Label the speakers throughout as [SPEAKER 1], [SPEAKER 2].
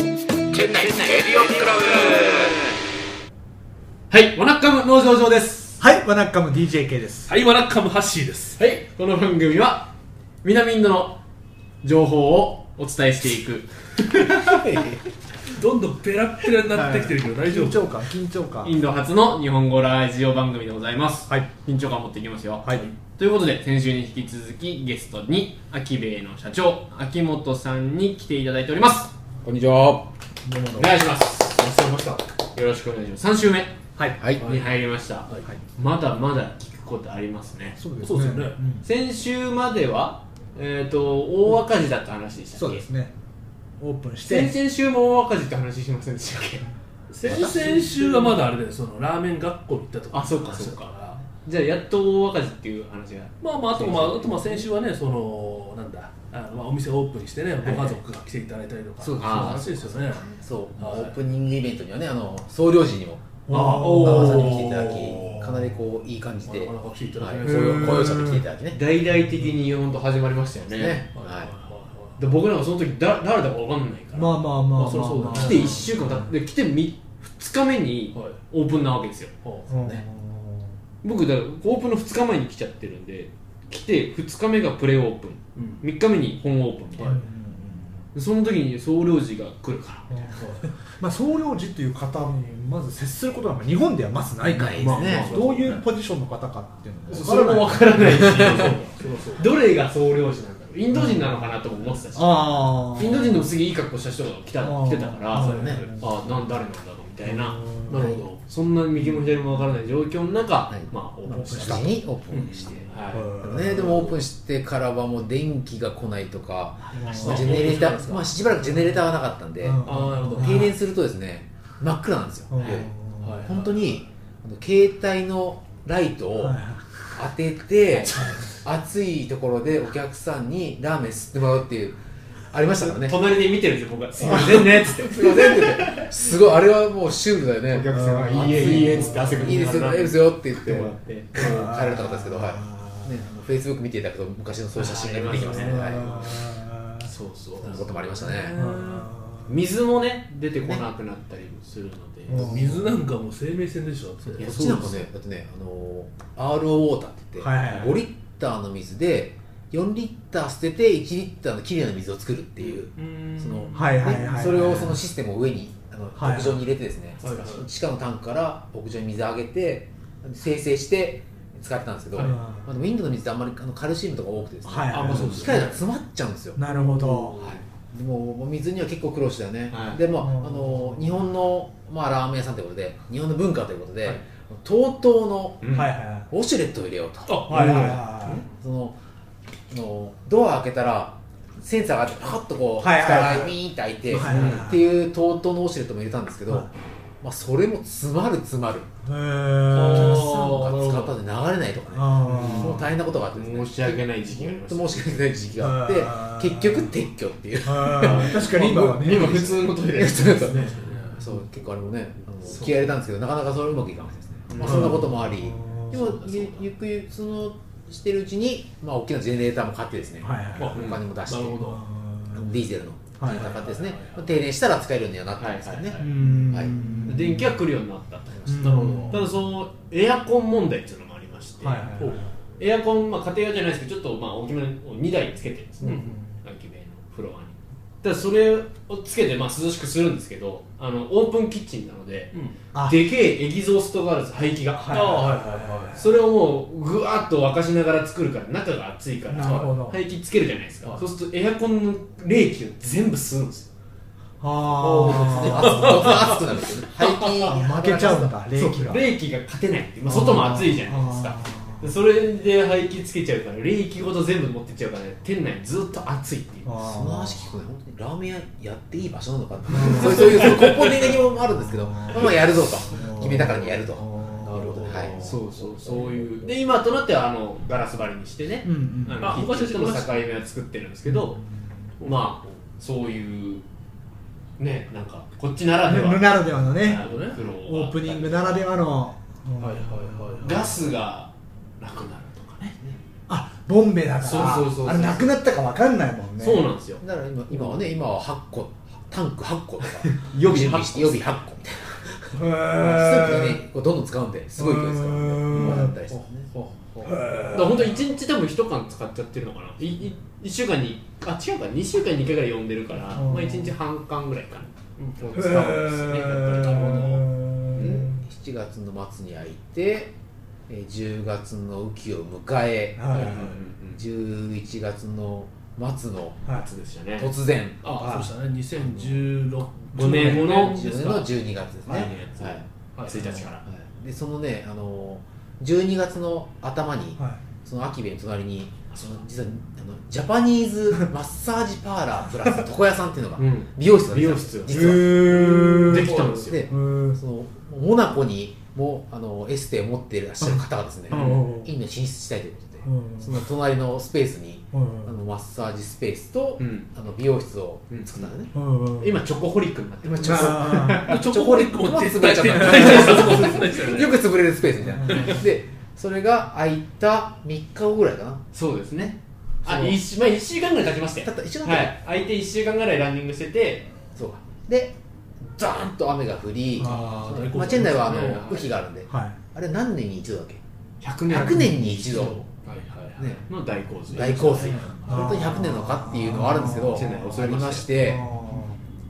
[SPEAKER 1] 店内レディオクラブ
[SPEAKER 2] はい、ワナッカム農場上です。
[SPEAKER 3] はい、ワナッカム DJK です。
[SPEAKER 4] はい、ワナッカムハッシーです。
[SPEAKER 2] はい、この番組は、南インドの情報をお伝えしていく。
[SPEAKER 4] どんどんペラッペラになってきてるけど、大丈
[SPEAKER 3] 緊張
[SPEAKER 4] 夫
[SPEAKER 3] 感、緊張
[SPEAKER 2] イ
[SPEAKER 3] 感。
[SPEAKER 2] ンド初の日本語ラジオ番組でございます。
[SPEAKER 3] はい。
[SPEAKER 2] 緊張感を持っていきますよ。
[SPEAKER 3] はい。
[SPEAKER 2] ということで、先週に引き続き、ゲストに、秋兵衛の社長、秋元さんに来ていただいております。
[SPEAKER 1] こんにちは
[SPEAKER 3] どうもどう
[SPEAKER 2] お
[SPEAKER 3] も。
[SPEAKER 2] 願いします。
[SPEAKER 4] 忘れました。
[SPEAKER 2] よろしくお願いします。3週目
[SPEAKER 3] はい。
[SPEAKER 1] はい
[SPEAKER 2] に入りました。まだまだ聞くことありますね。
[SPEAKER 3] そうですね。
[SPEAKER 4] そうですよね
[SPEAKER 3] ん
[SPEAKER 2] 先週までは、えっ、と、大赤字だった話でしたっけ
[SPEAKER 3] そうですね。オープンし
[SPEAKER 2] 先
[SPEAKER 3] て、
[SPEAKER 2] 々週も大赤字って話しませんでしたっけ
[SPEAKER 4] 先々週はまだあれだよ、そのラーメン学校行ったとか。
[SPEAKER 2] あそうか
[SPEAKER 4] 話だた
[SPEAKER 2] そう
[SPEAKER 4] ら。
[SPEAKER 2] じゃあやっと大赤字っていう話が
[SPEAKER 4] まあまあ、あと、まあ、あと、まあ、先週はね、その、なんだ。あのまあ、お店オープンしてね、ご家族が来ていただいたりとか。
[SPEAKER 3] そう
[SPEAKER 2] です
[SPEAKER 4] 話ですよね。
[SPEAKER 1] そう、
[SPEAKER 4] はい
[SPEAKER 1] オープニングイベントにはねあの総領事にも
[SPEAKER 4] あ
[SPEAKER 3] おー
[SPEAKER 1] 馬場さん
[SPEAKER 4] ー
[SPEAKER 1] に来ていただきかなりこういい感じで、
[SPEAKER 4] なかなか来ていただきま
[SPEAKER 1] はい雇
[SPEAKER 4] したね。
[SPEAKER 1] 用雇用者で来ていただきね
[SPEAKER 2] 大々的に本当始まりましたよね
[SPEAKER 1] ね
[SPEAKER 4] はいはいはい
[SPEAKER 1] は
[SPEAKER 4] は
[SPEAKER 2] で僕らもその時だ誰だか分かんないから、
[SPEAKER 3] まあまあまあま
[SPEAKER 4] ま
[SPEAKER 3] あ
[SPEAKER 4] あそりゃそう
[SPEAKER 3] ま
[SPEAKER 4] だ
[SPEAKER 3] あ。
[SPEAKER 2] 来て1週間経って来て2日目に
[SPEAKER 4] はい
[SPEAKER 2] オープンなわけですよ
[SPEAKER 4] いは
[SPEAKER 3] うんうん
[SPEAKER 1] ね
[SPEAKER 2] 僕だからオープンの2日前に来ちゃってるんで来て2日目がプレオープン
[SPEAKER 4] いうん
[SPEAKER 2] 3日目に本オープンみたいな、
[SPEAKER 4] はい
[SPEAKER 2] その時に総領事が来るから
[SPEAKER 3] うんまあ、総領事っていう方にまず接することは日本ではまずないから、
[SPEAKER 1] ないですね
[SPEAKER 3] まあまあどういうポジションの方かっていうの
[SPEAKER 2] それも分からないし
[SPEAKER 4] そりゃそうだ
[SPEAKER 2] どれが総領事なんだろうインド人なのかなとも思ってたし
[SPEAKER 3] ああ
[SPEAKER 2] インド人でもすげえいい格好した人が来た
[SPEAKER 3] あー
[SPEAKER 2] 来てたから
[SPEAKER 3] そ
[SPEAKER 2] あ
[SPEAKER 3] う
[SPEAKER 1] ね
[SPEAKER 2] あなん誰なんだろうみたいな
[SPEAKER 4] なるほど。
[SPEAKER 2] そんな右も左も分からない状況の中、
[SPEAKER 1] い
[SPEAKER 2] まあオープンし
[SPEAKER 1] 無
[SPEAKER 2] た、
[SPEAKER 1] 事にオープンして、
[SPEAKER 2] は
[SPEAKER 1] ね、でもオープンしてからはもう電気が来ないとか、
[SPEAKER 3] う
[SPEAKER 1] ま
[SPEAKER 3] ん
[SPEAKER 1] あ、ジェネレーター、まあ、しばらくジェネレーターがなかったんで、
[SPEAKER 3] うん
[SPEAKER 4] ああ、なるほど。
[SPEAKER 1] 停電するとですね真っ暗なんですよ、
[SPEAKER 3] うん
[SPEAKER 4] はい
[SPEAKER 1] 本当にあの携帯のライトを
[SPEAKER 3] はい
[SPEAKER 1] 当てて、暑いところでお客さんにラーメン吸ってもらうっていうありましたから
[SPEAKER 2] い、
[SPEAKER 1] ね
[SPEAKER 2] 隣で見てるんですよ僕は「すいませんね」っつ って
[SPEAKER 1] すごい全部すごいあれはもうシュールだよね
[SPEAKER 3] さんが
[SPEAKER 2] いいえいいえ」っつって汗かき
[SPEAKER 1] いいですよいいですよって言って
[SPEAKER 2] で
[SPEAKER 1] うん
[SPEAKER 2] もらって
[SPEAKER 1] 帰られたかったですけどはいねフェイスブック見ていただくと昔のそういう写真が出てきますね
[SPEAKER 2] あー
[SPEAKER 1] はい
[SPEAKER 3] あー
[SPEAKER 2] そうそう
[SPEAKER 1] そんなこともありましたね
[SPEAKER 2] 水もね出てこなくなったりもするので、
[SPEAKER 3] うん
[SPEAKER 4] 水なんかもう生命線でしょだって
[SPEAKER 1] いや
[SPEAKER 2] や
[SPEAKER 1] こっちなんかねだってねあのー RO ウォーターって言って、
[SPEAKER 3] はいはいはい
[SPEAKER 1] 5リッターの水で4リッター捨てて1リッターのきれいな水を作るっていうその、
[SPEAKER 3] はいはいはいはい
[SPEAKER 1] でそれをそのシステムを上にあの
[SPEAKER 3] はいはい
[SPEAKER 1] 屋上に入れてですね、
[SPEAKER 4] はいはい
[SPEAKER 1] 地下のタンクから屋上に水上げて生成して使ってたんですけど、
[SPEAKER 3] はい
[SPEAKER 1] まあ、でもインドの水ってあんまりあのカルシウムとか多くてですね、
[SPEAKER 3] はいはい
[SPEAKER 2] あまあそうです
[SPEAKER 1] 機械が詰まっちゃうんですよ、
[SPEAKER 3] なるほど
[SPEAKER 1] でももう水には結構苦労したよね、
[SPEAKER 2] はい
[SPEAKER 1] でも、
[SPEAKER 3] うん
[SPEAKER 1] あの日本の、まあ、ラーメン屋さんということで日本の文化ということで、
[SPEAKER 2] はい
[SPEAKER 1] とうとうの
[SPEAKER 2] うん
[SPEAKER 3] はいは
[SPEAKER 1] ウォシュレットを入れようと
[SPEAKER 4] あ
[SPEAKER 3] いはいはいは
[SPEAKER 1] そのあのドア開けたらセンサーがあってパカッとこう
[SPEAKER 3] はい
[SPEAKER 1] 蓋
[SPEAKER 3] はいはい
[SPEAKER 1] がウィーンって開いて、
[SPEAKER 3] はいはいはい
[SPEAKER 1] っていうとうとうのウォシュレットも入れたんですけど、
[SPEAKER 3] はい
[SPEAKER 1] まあ、それも詰まる詰まる
[SPEAKER 3] いへ
[SPEAKER 1] お
[SPEAKER 3] ー
[SPEAKER 1] 客さんが使ったので流れないとかね
[SPEAKER 3] あ
[SPEAKER 1] もう大変なことがあってですね
[SPEAKER 2] 申し訳ない時期がありました
[SPEAKER 1] 本当申し訳ない時期があ
[SPEAKER 3] あ
[SPEAKER 1] っ
[SPEAKER 3] ー
[SPEAKER 1] て結局撤去っていう
[SPEAKER 3] ー確かに今はね
[SPEAKER 2] 今普通のトイレ
[SPEAKER 1] そう結構あれもねあの気合い入れたんですけどなかなかそれうまくいかなくてですね、まあ、そんなこともあり
[SPEAKER 3] うん
[SPEAKER 1] でもゆゆっくりそのしてるうちに、まあ、大きなジェネレーターも買ってですね、
[SPEAKER 3] はいはい
[SPEAKER 1] お金も出して、
[SPEAKER 4] なるほど
[SPEAKER 1] ディーゼルの
[SPEAKER 3] はい
[SPEAKER 1] 戦ってですね、まあ停電したら使えるようにはなったんですよ
[SPEAKER 2] は
[SPEAKER 1] ね
[SPEAKER 2] い。
[SPEAKER 1] は
[SPEAKER 2] 電気が来るようになったと
[SPEAKER 3] うん
[SPEAKER 4] なるほど
[SPEAKER 2] ただそのエアコン問題っていうのもありまして、
[SPEAKER 3] はいはいはい
[SPEAKER 2] エアコン、まあ、家庭用じゃないですけどちょっとまあ大きめの2台つけてるんですね、
[SPEAKER 3] うん
[SPEAKER 2] 秋部屋のフロアにただそれをつけてまあ涼しくするんですけどあのオープンキッチンなので、
[SPEAKER 3] あ
[SPEAKER 2] でけえエキゾーストがあるんです排気が、
[SPEAKER 3] はい
[SPEAKER 2] それをもうぐわっと沸かしながら作るから中が熱いか
[SPEAKER 3] なるほど
[SPEAKER 2] ら排気つけるじゃないですか、
[SPEAKER 4] はい
[SPEAKER 2] そうするとエアコンの冷気を全部吸うんですよ
[SPEAKER 1] で
[SPEAKER 3] あ
[SPEAKER 1] 熱く熱くなるんですよね。排
[SPEAKER 3] ー
[SPEAKER 1] 気
[SPEAKER 3] 負けちゃうんだ冷気が
[SPEAKER 2] そう冷気が勝てないって、まあ、外も暑いじゃないですか
[SPEAKER 3] あ
[SPEAKER 2] でそれで排気つけちゃうから冷気ごと全部持ってっちゃうから、ね、店内ずっと暑いっていう
[SPEAKER 3] あー
[SPEAKER 1] その話聞くとね、本当にラーメン屋やっていい場所なのかって、そういうそういうその根本的な疑問もあるんですけど、まあまあやるぞと、決めたからにやると。
[SPEAKER 3] な
[SPEAKER 1] るほどはい
[SPEAKER 2] そうそうそういうで今となってはあのガラス張りにしてね、
[SPEAKER 3] うんうん
[SPEAKER 2] あ
[SPEAKER 3] な
[SPEAKER 2] の
[SPEAKER 4] あ
[SPEAKER 2] キッチンとの境目は作ってるんですけど、まあそういうねなんかこっちならでは
[SPEAKER 3] らではのね
[SPEAKER 2] あの苦労があったり
[SPEAKER 3] オープニングならではのうん
[SPEAKER 4] はいはいはい
[SPEAKER 2] ガスがなくなるとかね
[SPEAKER 3] あボンベだから
[SPEAKER 2] そうそうそうそう
[SPEAKER 3] あれなくなったかわかんないもんね
[SPEAKER 2] そうなんですよ
[SPEAKER 1] だから今今はね、今は8個、タンク8個とか
[SPEAKER 2] 予備
[SPEAKER 1] 準
[SPEAKER 2] 8個
[SPEAKER 1] 備して予備8個みたい
[SPEAKER 3] スープ
[SPEAKER 1] なスープがねこうどんどん使うんですごい勢いですから
[SPEAKER 3] へー
[SPEAKER 1] もらったりして
[SPEAKER 2] ほうほうほうだから本当一日多分一缶使っちゃってるのかないい一週間にあ違うか二週間に一回ぐらい読んでるから
[SPEAKER 3] うん
[SPEAKER 2] まあ一日半缶ぐらいかなうん
[SPEAKER 3] へ
[SPEAKER 2] 使うんですねやっぱり
[SPEAKER 4] ほど
[SPEAKER 1] 7月の末に開いてえー10月の雨季を迎え
[SPEAKER 3] は
[SPEAKER 2] うんう
[SPEAKER 3] い
[SPEAKER 2] んうん
[SPEAKER 1] 11月の末の
[SPEAKER 3] はい
[SPEAKER 2] 夏でしたね
[SPEAKER 1] 突然
[SPEAKER 4] あそうでしたね2016
[SPEAKER 2] 五年後の
[SPEAKER 4] で
[SPEAKER 1] 20
[SPEAKER 4] す
[SPEAKER 1] 年
[SPEAKER 4] か
[SPEAKER 1] の12月ですね
[SPEAKER 2] は
[SPEAKER 1] はいい
[SPEAKER 2] はい1日から
[SPEAKER 1] はいでそのねあの12月の頭に
[SPEAKER 3] は
[SPEAKER 1] そのアキベの隣にその
[SPEAKER 2] う
[SPEAKER 1] 実はあのジャパニー ズマッサージパーラープラス床屋さんっていうのが
[SPEAKER 2] うん
[SPEAKER 1] 美容室なんですよ
[SPEAKER 2] 美容室
[SPEAKER 3] い
[SPEAKER 1] 実は
[SPEAKER 2] できたんですよ
[SPEAKER 1] でそのモナコにもあのエステを持っていらっしゃる方がですね、
[SPEAKER 2] うん
[SPEAKER 1] インドに進出したいということで、その隣のスペースにあのマッサージスペースと、
[SPEAKER 2] うん
[SPEAKER 1] あの美容室を作ったんだね、
[SPEAKER 2] 今チョコホリックになってる
[SPEAKER 1] 今ちょっ
[SPEAKER 3] あ
[SPEAKER 4] チョコホリックも絶対
[SPEAKER 1] チ
[SPEAKER 4] 絶
[SPEAKER 1] ョコホリックも
[SPEAKER 4] 対絶対絶
[SPEAKER 1] と
[SPEAKER 4] 対
[SPEAKER 1] よく潰れるスペースみたいな、でそれが空いた3日後ぐらいかな
[SPEAKER 2] そうですねあ
[SPEAKER 1] そう
[SPEAKER 2] 一週まあ一週間ぐらい経ちましたよ
[SPEAKER 1] たった一緒だ
[SPEAKER 2] は
[SPEAKER 1] った、
[SPEAKER 2] い相手1週間ぐらいランニングしてて
[SPEAKER 1] そうかでザーンと雨が降り
[SPEAKER 3] あ
[SPEAKER 4] ー
[SPEAKER 1] まあ、チェンダイはあの
[SPEAKER 2] はいはい
[SPEAKER 1] 雨季があるんで
[SPEAKER 3] はい
[SPEAKER 1] あれ何年に一度だっけ
[SPEAKER 2] 100
[SPEAKER 1] 100年に一度
[SPEAKER 2] はいはいはい
[SPEAKER 1] ね
[SPEAKER 2] の大洪水
[SPEAKER 1] 大洪水
[SPEAKER 3] あー
[SPEAKER 1] 本当に100年のかっていうのはあるんですけど
[SPEAKER 2] チェンダイ恐
[SPEAKER 1] あ
[SPEAKER 2] れ
[SPEAKER 1] り
[SPEAKER 2] ま
[SPEAKER 1] ま
[SPEAKER 2] し
[SPEAKER 1] したて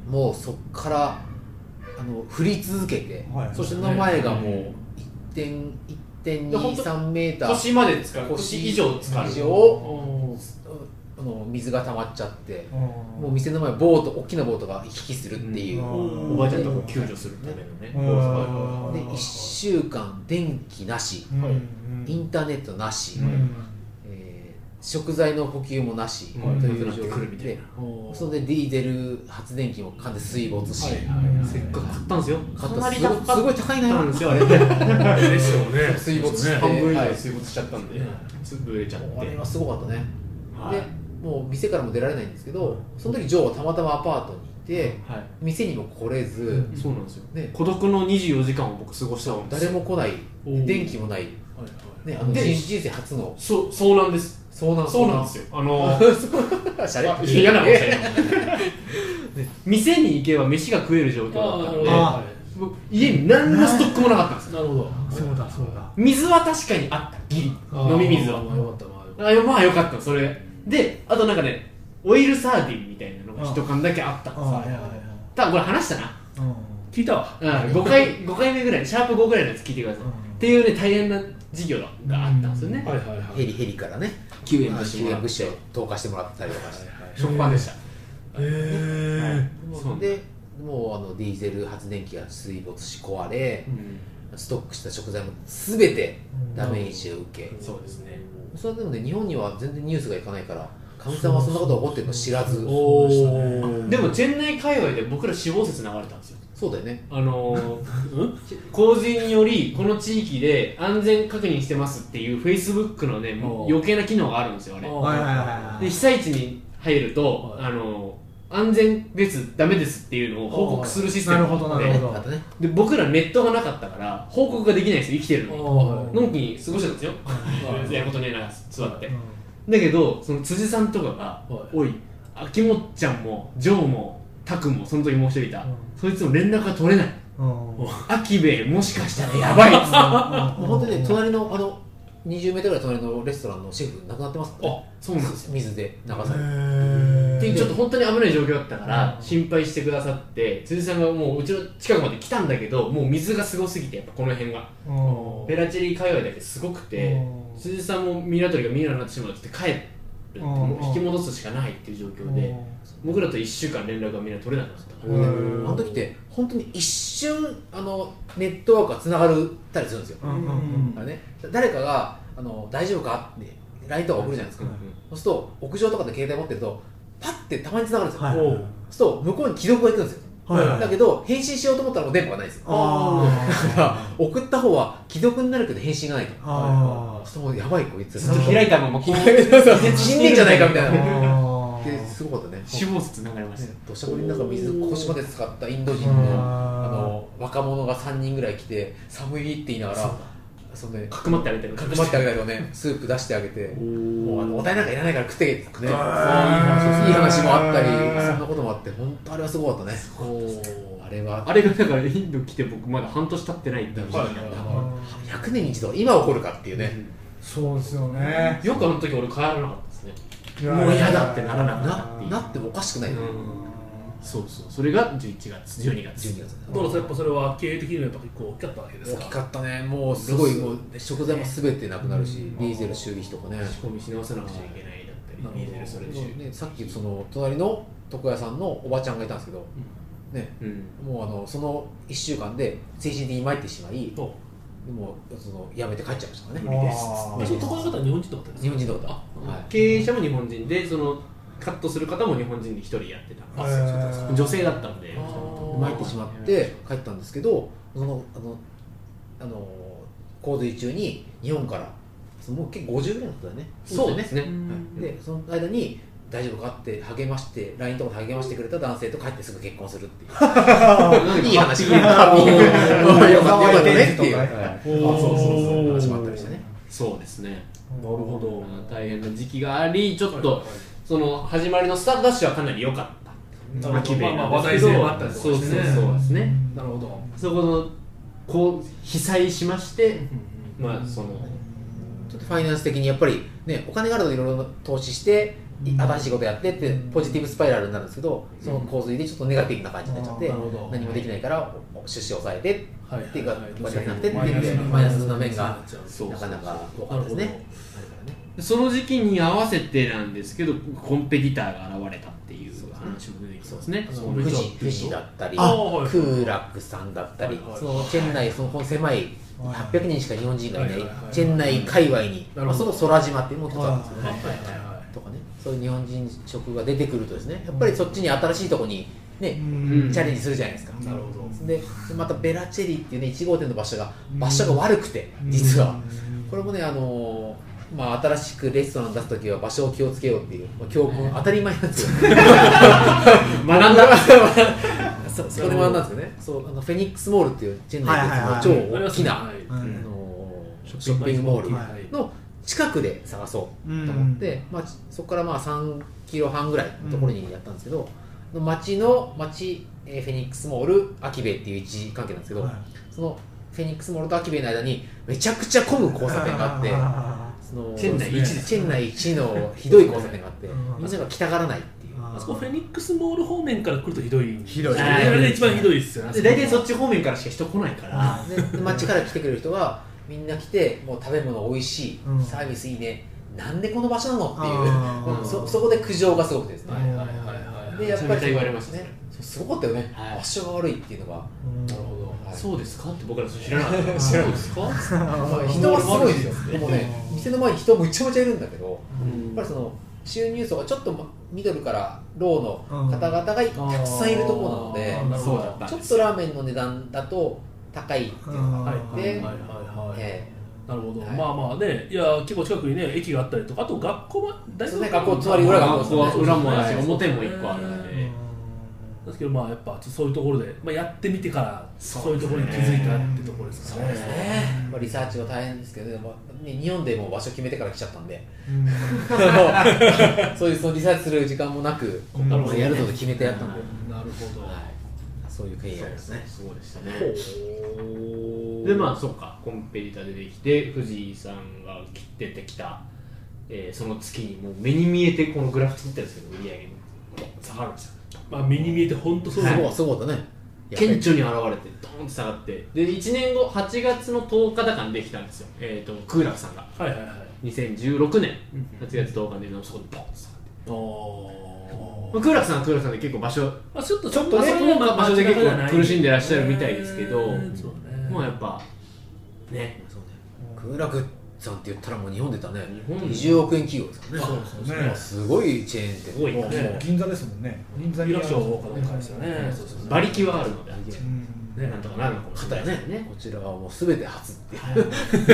[SPEAKER 1] もうそこからあの降り続けて、
[SPEAKER 3] はい
[SPEAKER 1] そしてその前がもう
[SPEAKER 2] ね
[SPEAKER 1] 1 1
[SPEAKER 2] ほんと
[SPEAKER 1] 2 3メーター
[SPEAKER 2] 腰まで使う腰
[SPEAKER 1] 腰
[SPEAKER 2] 以上使う
[SPEAKER 1] 以
[SPEAKER 2] お
[SPEAKER 1] 上
[SPEAKER 2] ー
[SPEAKER 1] あの水が溜まっちゃっても
[SPEAKER 3] も
[SPEAKER 1] う店の前ボート大きなボートが行き来するっていう、
[SPEAKER 3] うん
[SPEAKER 2] おばあちゃんとかを救助するためのね
[SPEAKER 3] うん
[SPEAKER 2] は
[SPEAKER 1] で1週間電気なし、インターネットなし、えー食材の補給もなし
[SPEAKER 2] い
[SPEAKER 1] と
[SPEAKER 2] はいはい
[SPEAKER 1] いう
[SPEAKER 2] なく
[SPEAKER 1] 状
[SPEAKER 2] なってくるみ
[SPEAKER 1] 況
[SPEAKER 2] たい
[SPEAKER 1] で
[SPEAKER 2] な
[SPEAKER 1] それでディーゼル発電機も完全水没し、
[SPEAKER 2] はいはいはい
[SPEAKER 4] せっか
[SPEAKER 2] 買ったんですよ
[SPEAKER 1] 買
[SPEAKER 2] か
[SPEAKER 1] った
[SPEAKER 2] なり
[SPEAKER 1] す
[SPEAKER 2] 高
[SPEAKER 1] ご
[SPEAKER 2] か
[SPEAKER 1] すご
[SPEAKER 2] っ
[SPEAKER 1] い高いな
[SPEAKER 2] たんですよあれ
[SPEAKER 4] でしょうね
[SPEAKER 1] 水没して
[SPEAKER 2] 半分以
[SPEAKER 1] は
[SPEAKER 2] 上
[SPEAKER 1] い
[SPEAKER 2] 水没しちゃったんで
[SPEAKER 4] はい
[SPEAKER 2] 潰れちゃって
[SPEAKER 1] あれはすごかったね、
[SPEAKER 2] はい
[SPEAKER 1] でもう店からも出られないんですけどその時ジョーはたまたまアパートにいて
[SPEAKER 2] は
[SPEAKER 1] 店にも来れず、
[SPEAKER 2] いそうなんですよ
[SPEAKER 1] ね
[SPEAKER 2] 孤独の24時間を僕過ごしたんです
[SPEAKER 1] 誰
[SPEAKER 2] よ
[SPEAKER 1] も来ない
[SPEAKER 4] おー
[SPEAKER 1] 電気もない、ね、あの
[SPEAKER 2] で
[SPEAKER 1] 人人生初の
[SPEAKER 2] そうそうなんです
[SPEAKER 1] 遭難
[SPEAKER 2] そうなんですよあの
[SPEAKER 1] よシャレ
[SPEAKER 2] 嫌なこと しない店に行けば飯が食える状況だったので
[SPEAKER 3] あー
[SPEAKER 4] は
[SPEAKER 2] 僕家に何のストックもなかったんです
[SPEAKER 4] い
[SPEAKER 2] よ
[SPEAKER 4] なるほど
[SPEAKER 3] そうだそうだ
[SPEAKER 2] 水は確かにあったギリ飲み水は
[SPEAKER 4] あーよかったまあよか
[SPEAKER 2] あよ
[SPEAKER 4] っ
[SPEAKER 2] まあよかったそれであとなんかねオイルサーディンみたいなのが一缶だけあったんですよ多分これ話したな、
[SPEAKER 4] た聞いたわ
[SPEAKER 2] うん、5, 回5回目ぐらいシャープ5ぐらいのやつ聞いてください、
[SPEAKER 3] うん
[SPEAKER 2] っていうね大変な事業があったんですよね、
[SPEAKER 4] はいはいはい
[SPEAKER 1] ヘリヘリからね
[SPEAKER 2] 救
[SPEAKER 1] あの救援
[SPEAKER 2] は
[SPEAKER 1] 物資を投下してもらったりとかして、
[SPEAKER 2] い食パンでした、
[SPEAKER 3] え
[SPEAKER 2] そうなんだ
[SPEAKER 1] でもうあのディーゼル発電機が水没し壊れストックした食材も全てダメージを受け、
[SPEAKER 2] そうですね
[SPEAKER 1] それでもね日本には全然ニュースがいかないからかみさんはそんなことが起こってるの知らず
[SPEAKER 4] おー
[SPEAKER 2] でもチェン内界隈で僕ら死亡説流れたんですよ
[SPEAKER 1] そうだよね
[SPEAKER 2] あの ー洪水によりこの地域で安全確認してますっていうフェイスブックのね
[SPEAKER 4] おう
[SPEAKER 2] 余計な機能があるんですよあれ
[SPEAKER 4] お
[SPEAKER 3] はいはいはい
[SPEAKER 2] で被災地に入ると、
[SPEAKER 4] はい
[SPEAKER 2] あのー安全ですダメですっていうのを報告するシステムがあって
[SPEAKER 3] おうなるほどなるほど
[SPEAKER 1] あとね
[SPEAKER 2] で僕らネットがなかったから報告ができないんですよ生きてるの
[SPEAKER 4] あ
[SPEAKER 2] にのんきに過ごしてたんですよ
[SPEAKER 4] は い
[SPEAKER 2] やることねえな座ってだけどその辻さんとかが
[SPEAKER 4] は
[SPEAKER 2] 「
[SPEAKER 4] い
[SPEAKER 2] おい秋元ちゃんもジョーもタクもその時もう一人いた、
[SPEAKER 3] うん
[SPEAKER 2] そいつも連絡が取れない秋兵衛もしかしたらやばい」
[SPEAKER 1] もう本当にね隣のあの20メートルぐらい隣のレストランのシェフ亡くなってますからね
[SPEAKER 2] あそうなんですよ
[SPEAKER 1] 水で流されて
[SPEAKER 2] でちょっと本当に危ない状況だったから
[SPEAKER 3] うん
[SPEAKER 2] 心配してくださって辻さんがもううちの近くまで来たんだけどもう水がすごすぎてやっぱこの辺がベラチェリー界隈だけすごくて
[SPEAKER 3] うん
[SPEAKER 2] 辻さんもミイラ取りがミイラになってしまうって言って帰るってもう引き戻すしかないっていう状況で僕らと1週間連絡がみんな取れなくなったから
[SPEAKER 1] もうねあの時って本当に一瞬あのネットワークがつながるたりするんですよ、
[SPEAKER 3] うんうん
[SPEAKER 1] だからね誰かがあの「大丈夫か?」って LINE とか送るじゃないですか、
[SPEAKER 3] うん
[SPEAKER 1] そうすると屋上とかで携帯持ってるとパッてたまにつながるんですよ、
[SPEAKER 3] はい
[SPEAKER 1] そうすると向こうに既読がいくんですよ、
[SPEAKER 3] はいはい
[SPEAKER 1] だけど返信しようと思ったらもう電波がないんですよだから送った方は既読になるけど返信がないと
[SPEAKER 3] あー
[SPEAKER 1] そうもうやばいこいつ
[SPEAKER 2] ずっと開いたままこう
[SPEAKER 1] 死んでんじゃないかみたいなですごかったね
[SPEAKER 2] 死亡説流れましたよ
[SPEAKER 1] 土砂降りの中水腰まで使ったインド人のあの若者が3人ぐらい来て寒いって言いながらそんで
[SPEAKER 2] かくまってあげてる
[SPEAKER 1] かくまってあげたけどねスープ出してあげてもうあのお題なんかいらないから食ってけってねそういい
[SPEAKER 3] あー
[SPEAKER 1] 話もあったりそんなこともあって本当あれはすごかったね
[SPEAKER 2] あれはあれがだからインド来て僕まだ半年経ってないんだ
[SPEAKER 1] はい
[SPEAKER 2] だから
[SPEAKER 1] 100年に一度今起こるかっていうね、
[SPEAKER 3] そうですよね
[SPEAKER 2] よくあの時俺帰らなかったですね
[SPEAKER 3] も
[SPEAKER 2] もう嫌だってならなく
[SPEAKER 1] な
[SPEAKER 2] うん
[SPEAKER 1] なってもおかしくない、ね
[SPEAKER 2] そうそうそれが11月12月
[SPEAKER 1] 12月
[SPEAKER 4] どうですかやっぱそれは経営的にもやっぱ結構大きかったわけです
[SPEAKER 1] 大
[SPEAKER 4] か
[SPEAKER 1] きかったねもうすごいもう食材も全てなくなるし、
[SPEAKER 4] うん
[SPEAKER 1] ディーゼル修理費とかね
[SPEAKER 2] 仕込みし直さなくちゃいけないだったり
[SPEAKER 4] なる
[SPEAKER 2] ディー
[SPEAKER 4] ほど
[SPEAKER 2] ゼルそれでし
[SPEAKER 1] ねさっきその隣の床屋さんのおばちゃんがいたんですけど、ね
[SPEAKER 2] うん
[SPEAKER 1] もうあのその1週間で精神的に参ってしまい
[SPEAKER 4] お
[SPEAKER 1] もうその辞めて帰っちゃいましたからね
[SPEAKER 3] 無理です
[SPEAKER 4] あそう床屋の方は日本人とかだったん
[SPEAKER 1] 日
[SPEAKER 4] ですか
[SPEAKER 1] 本人の方
[SPEAKER 2] あ
[SPEAKER 1] はい
[SPEAKER 2] 経営者も日本人でそのカットする方も日本人で一人やってた
[SPEAKER 4] あそうだった
[SPEAKER 3] えー
[SPEAKER 2] 女性だったんで
[SPEAKER 4] あ
[SPEAKER 1] 参ってしまって帰ったんですけどそのあのあの洪水中に日本からそのもう結構50ぐらいだったよね
[SPEAKER 2] そうですね
[SPEAKER 1] はいでその間に大丈夫かって励まして LINE とかで励ましてくれた男性と帰ってすぐ結婚するっていういい話 よか ったよかったねっていうはい
[SPEAKER 3] おー
[SPEAKER 1] そうそうそう話もあったりしてね
[SPEAKER 2] そうですね
[SPEAKER 3] なる
[SPEAKER 4] なるほど
[SPEAKER 2] 大変な時期がありちょっ
[SPEAKER 4] はい
[SPEAKER 2] と
[SPEAKER 4] はい
[SPEAKER 2] その始まりのスタートダッシュはかなり良かった
[SPEAKER 4] なる
[SPEAKER 2] 秋
[SPEAKER 4] ほど
[SPEAKER 2] 兵衛
[SPEAKER 4] まあまあ
[SPEAKER 2] なんですけ
[SPEAKER 4] 話題
[SPEAKER 2] ど
[SPEAKER 4] 性もあったりとかしてね
[SPEAKER 2] そうそうそうですね
[SPEAKER 4] なるほど
[SPEAKER 2] そこのこう被災しましてまあその
[SPEAKER 1] ちょっとファイナンス的にやっぱりねお金があるといろいろ投資してい新しいことやってってポジティブスパイラルになるんですけどその洪水でちょっとネガティブな感じになっちゃって
[SPEAKER 4] なるほど
[SPEAKER 1] 何もできないからおお出資を抑えて
[SPEAKER 4] はい
[SPEAKER 1] っていうか
[SPEAKER 4] はい
[SPEAKER 1] バカになってって
[SPEAKER 4] マイナス
[SPEAKER 1] いう
[SPEAKER 4] な
[SPEAKER 1] マイナスな面が
[SPEAKER 2] そう
[SPEAKER 1] なかなか多
[SPEAKER 4] な
[SPEAKER 1] か
[SPEAKER 4] る
[SPEAKER 1] ったで
[SPEAKER 4] ほ
[SPEAKER 1] す
[SPEAKER 4] ど
[SPEAKER 1] ね
[SPEAKER 2] その時期に合わせてなんですけどコンペティターが現れたっていう話も出てきてますね
[SPEAKER 4] そう
[SPEAKER 2] の
[SPEAKER 1] 富士富士だったりク
[SPEAKER 4] あはい
[SPEAKER 1] ーラックさんだったり
[SPEAKER 4] はいはい
[SPEAKER 1] そのチェン内そのこの狭い800人しか日本人がいない
[SPEAKER 4] はいはいはい
[SPEAKER 1] チェン内界隈に
[SPEAKER 4] なるほど
[SPEAKER 1] まあその空島っていうのも一つあるんですよね
[SPEAKER 4] はいはいは
[SPEAKER 1] とかねそういう日本人食が出てくるとですねやっぱりそっちに新しいとこにね
[SPEAKER 2] うん
[SPEAKER 1] チャレンジするじゃないですか
[SPEAKER 4] いなるほど
[SPEAKER 1] でまたベラチェリっていうね1号店の場所が場所が悪くて実はこれもねあのーまあ、新しくレストラン出す時は場所を気をつけようっていう、まあ、教訓当たり前なんですよ
[SPEAKER 2] 学んだ
[SPEAKER 1] そそこで学んだんですよねそうあのフェニックスモールっていうチェン内
[SPEAKER 3] はいはいはい
[SPEAKER 1] の超
[SPEAKER 4] あり
[SPEAKER 1] 大
[SPEAKER 4] ます
[SPEAKER 1] き
[SPEAKER 4] ね
[SPEAKER 1] な、
[SPEAKER 4] はい
[SPEAKER 3] うん
[SPEAKER 1] あのーショッピングモール
[SPEAKER 3] はい
[SPEAKER 1] の近くで探そうと思って、まあ、そこからまあ3キロ半ぐらいのところにやったんですけど、の町の町、えーフェニックスモール秋兵衛っていう位置関係なんですけど、そのフェニックスモールと秋兵衛の間にめちゃくちゃ混む交差点があって。
[SPEAKER 3] あ
[SPEAKER 1] その
[SPEAKER 2] チェン内一ですね
[SPEAKER 1] チェン内一のひどい交差点があって
[SPEAKER 3] うん
[SPEAKER 1] みんなが来たがらないっていう
[SPEAKER 4] あそこフェニックスモール方面から来るとひどいんです
[SPEAKER 3] ひどい
[SPEAKER 4] あれあれが一番ひどいですよね
[SPEAKER 2] で大体そっち方面からしか人来ないから
[SPEAKER 1] でで街から来てくれる人がみんな来てもう食べ物美味しい、
[SPEAKER 3] うん
[SPEAKER 1] サービスいいねなんでこの場所なのって
[SPEAKER 3] あ
[SPEAKER 1] いう
[SPEAKER 3] ー
[SPEAKER 1] うん そそこで苦情がすごくてですね、
[SPEAKER 4] はいはいはいはい
[SPEAKER 1] でやっぱり
[SPEAKER 2] めちゃめちゃ言われましたね
[SPEAKER 1] そうすごかったよね、
[SPEAKER 2] はい
[SPEAKER 1] 場所が悪いっていうのが、
[SPEAKER 3] うん
[SPEAKER 4] なるほど
[SPEAKER 1] はい
[SPEAKER 2] そうですかって僕ら知らなかった
[SPEAKER 3] 知ら
[SPEAKER 2] そうですか
[SPEAKER 1] まあ人はすごいですよもうね
[SPEAKER 3] うん
[SPEAKER 1] 店の前に人むちゃむちゃいるんだけど
[SPEAKER 2] うん
[SPEAKER 1] やっぱりその収入層がちょっとまミドルからローの方々がたくさんいるところなので、
[SPEAKER 3] あーなるほ
[SPEAKER 2] そうだった
[SPEAKER 1] ちょっとラーメンの値段だと高いっていうのがあっ
[SPEAKER 3] うん
[SPEAKER 1] て、
[SPEAKER 4] はいはいはいはい
[SPEAKER 1] え
[SPEAKER 4] なるほど、
[SPEAKER 1] はい
[SPEAKER 4] まあまあねいや結構近くにね駅があったりとかあと学校は大
[SPEAKER 1] そうですね学校隣裏学校
[SPEAKER 2] ここは裏もあるし
[SPEAKER 1] はい
[SPEAKER 2] 表も一個あるんで
[SPEAKER 4] ですけどまあやっぱそういうところで、まあ、やってみてから
[SPEAKER 2] そ
[SPEAKER 4] そうう
[SPEAKER 2] で
[SPEAKER 4] いう
[SPEAKER 2] す
[SPEAKER 4] と
[SPEAKER 2] ね
[SPEAKER 4] ころに気づいたってところですかね
[SPEAKER 1] えまあ、リサーチは大変ですけど、まあね日本でもう場所決めてから来ちゃった んでそういうそのリサーチする時間もなく、
[SPEAKER 3] うん
[SPEAKER 1] まあやるので決めてやったんで、
[SPEAKER 4] なるほど、
[SPEAKER 1] そういう経緯なんですね
[SPEAKER 2] そうでした
[SPEAKER 4] ほ
[SPEAKER 2] ね
[SPEAKER 4] う
[SPEAKER 2] でまあそうかコンペティター出てきて藤井さんが出てきた、えーその月にもう目に見えてこのグラフ作ってるんですけど売り上げも下がるんですよ
[SPEAKER 4] まあ目に見えて本当そう
[SPEAKER 1] す
[SPEAKER 4] だ、
[SPEAKER 1] ごいすごかったねやっぱ
[SPEAKER 2] 顕
[SPEAKER 1] り
[SPEAKER 2] 著に現れてドーンと下がってで1年後8月の10日だかにできたんですよ、えー、と空楽さんが
[SPEAKER 4] はいはいはい
[SPEAKER 2] 2016年
[SPEAKER 4] うん
[SPEAKER 2] 8月10日でそこでポンと下がって
[SPEAKER 4] おお
[SPEAKER 2] まあ、空楽さんは空楽さんで結構場所
[SPEAKER 4] まあちょっと
[SPEAKER 2] ちょっとね
[SPEAKER 4] まあそこはまあ
[SPEAKER 2] 場所で結構
[SPEAKER 4] 間違いない
[SPEAKER 2] 苦しんでらっしゃるみたいですけど
[SPEAKER 4] えーそうね
[SPEAKER 2] もうやっぱね
[SPEAKER 1] そうね空楽さんって言ったらもう日本で言ったらね
[SPEAKER 2] 日本
[SPEAKER 1] 20億円企業ですからね
[SPEAKER 4] そう
[SPEAKER 3] ですね
[SPEAKER 1] まあすごいチェーン店
[SPEAKER 2] すごい
[SPEAKER 1] もう
[SPEAKER 2] ね
[SPEAKER 1] もう
[SPEAKER 3] 銀座ですもんね銀座
[SPEAKER 4] 有楽町の会社ねそうそうそう
[SPEAKER 2] 馬力はあるのであっちは
[SPEAKER 3] うん
[SPEAKER 2] ねなんとかなるのかもしれ
[SPEAKER 1] 肩
[SPEAKER 2] な
[SPEAKER 1] や
[SPEAKER 2] いで
[SPEAKER 1] ね
[SPEAKER 2] すね
[SPEAKER 1] こちらはもう全て初っていう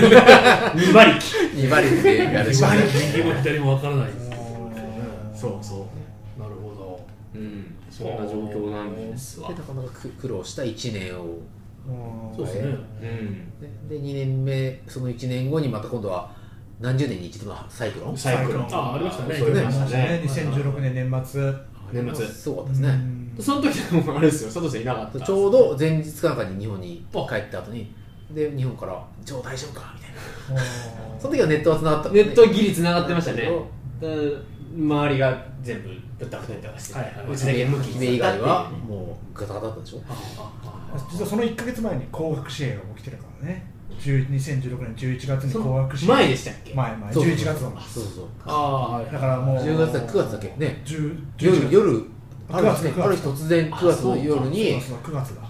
[SPEAKER 2] 2馬力
[SPEAKER 1] 2馬力でやるしかない
[SPEAKER 4] 右も左もわからないっていうところでね
[SPEAKER 2] そうそ
[SPEAKER 4] なるほ
[SPEAKER 2] ううんそんな状況なんですわ
[SPEAKER 1] でなかなか苦苦労した1年を、
[SPEAKER 3] うん
[SPEAKER 4] そうですね
[SPEAKER 2] うん
[SPEAKER 1] ねで2年目その1年後にまた今度は何十年に一度のサイクロン
[SPEAKER 3] サイクロン
[SPEAKER 4] あありましたね
[SPEAKER 2] そういうのありま
[SPEAKER 3] ま
[SPEAKER 2] し
[SPEAKER 3] したた
[SPEAKER 2] ね
[SPEAKER 3] ね2016年年末
[SPEAKER 1] あ
[SPEAKER 2] 年末
[SPEAKER 1] すごかったですね、
[SPEAKER 2] その時でもあれですよ佐藤さんいなかった
[SPEAKER 1] ちょうど前日かなんかに日本に帰った後にで日本から「ジョー大丈夫か?」みたいなその時はネットは繋がったん
[SPEAKER 2] ネ
[SPEAKER 1] で
[SPEAKER 2] ットギリ繋がってましたね
[SPEAKER 1] なるほ
[SPEAKER 2] だから周りが全部ぶったくたりとかして、
[SPEAKER 4] はいはいう
[SPEAKER 2] ちだけ無き
[SPEAKER 1] 姫以外はもうガタガタだったでしょ
[SPEAKER 3] 実はその1か月前に紅白試合が起きてるからね10 2016年11月に紅白試合
[SPEAKER 2] 前でしたっけ
[SPEAKER 3] 前前
[SPEAKER 1] そうそう
[SPEAKER 3] 11月だもん
[SPEAKER 1] そうそうそう
[SPEAKER 2] ああはい
[SPEAKER 3] だからもう
[SPEAKER 1] 10月だ9月だっけね
[SPEAKER 3] 10 11
[SPEAKER 1] 夜
[SPEAKER 3] 月
[SPEAKER 1] 夜ある
[SPEAKER 3] 9
[SPEAKER 1] 日ね
[SPEAKER 3] 月
[SPEAKER 1] ある日突然
[SPEAKER 2] あ
[SPEAKER 1] 9月の夜に
[SPEAKER 3] そうだ9月だ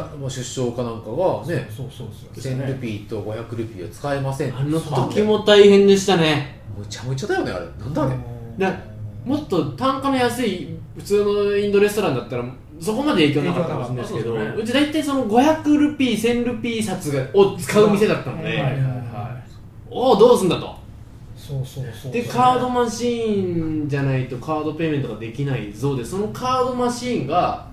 [SPEAKER 1] だもう出生かなんかがね
[SPEAKER 3] そうそうそうそう
[SPEAKER 1] 1000ルピーと500ルピーは使えません
[SPEAKER 2] あの時
[SPEAKER 1] む
[SPEAKER 2] も大変でしたね
[SPEAKER 1] ちゃむちゃだよねあれなんだあれ
[SPEAKER 2] だもっと単価の安い普通のインドレストランだったらそこまで影響なかったかもしれないですけど,、
[SPEAKER 4] そううですね
[SPEAKER 2] ち大体その500ルピー1000ルピー札がを使う店だったので、
[SPEAKER 3] うんはい
[SPEAKER 2] おおどうすんだと
[SPEAKER 3] そうそうそう
[SPEAKER 2] でカードマシーンじゃないとカードペイメントができないぞでそのカードマシーンが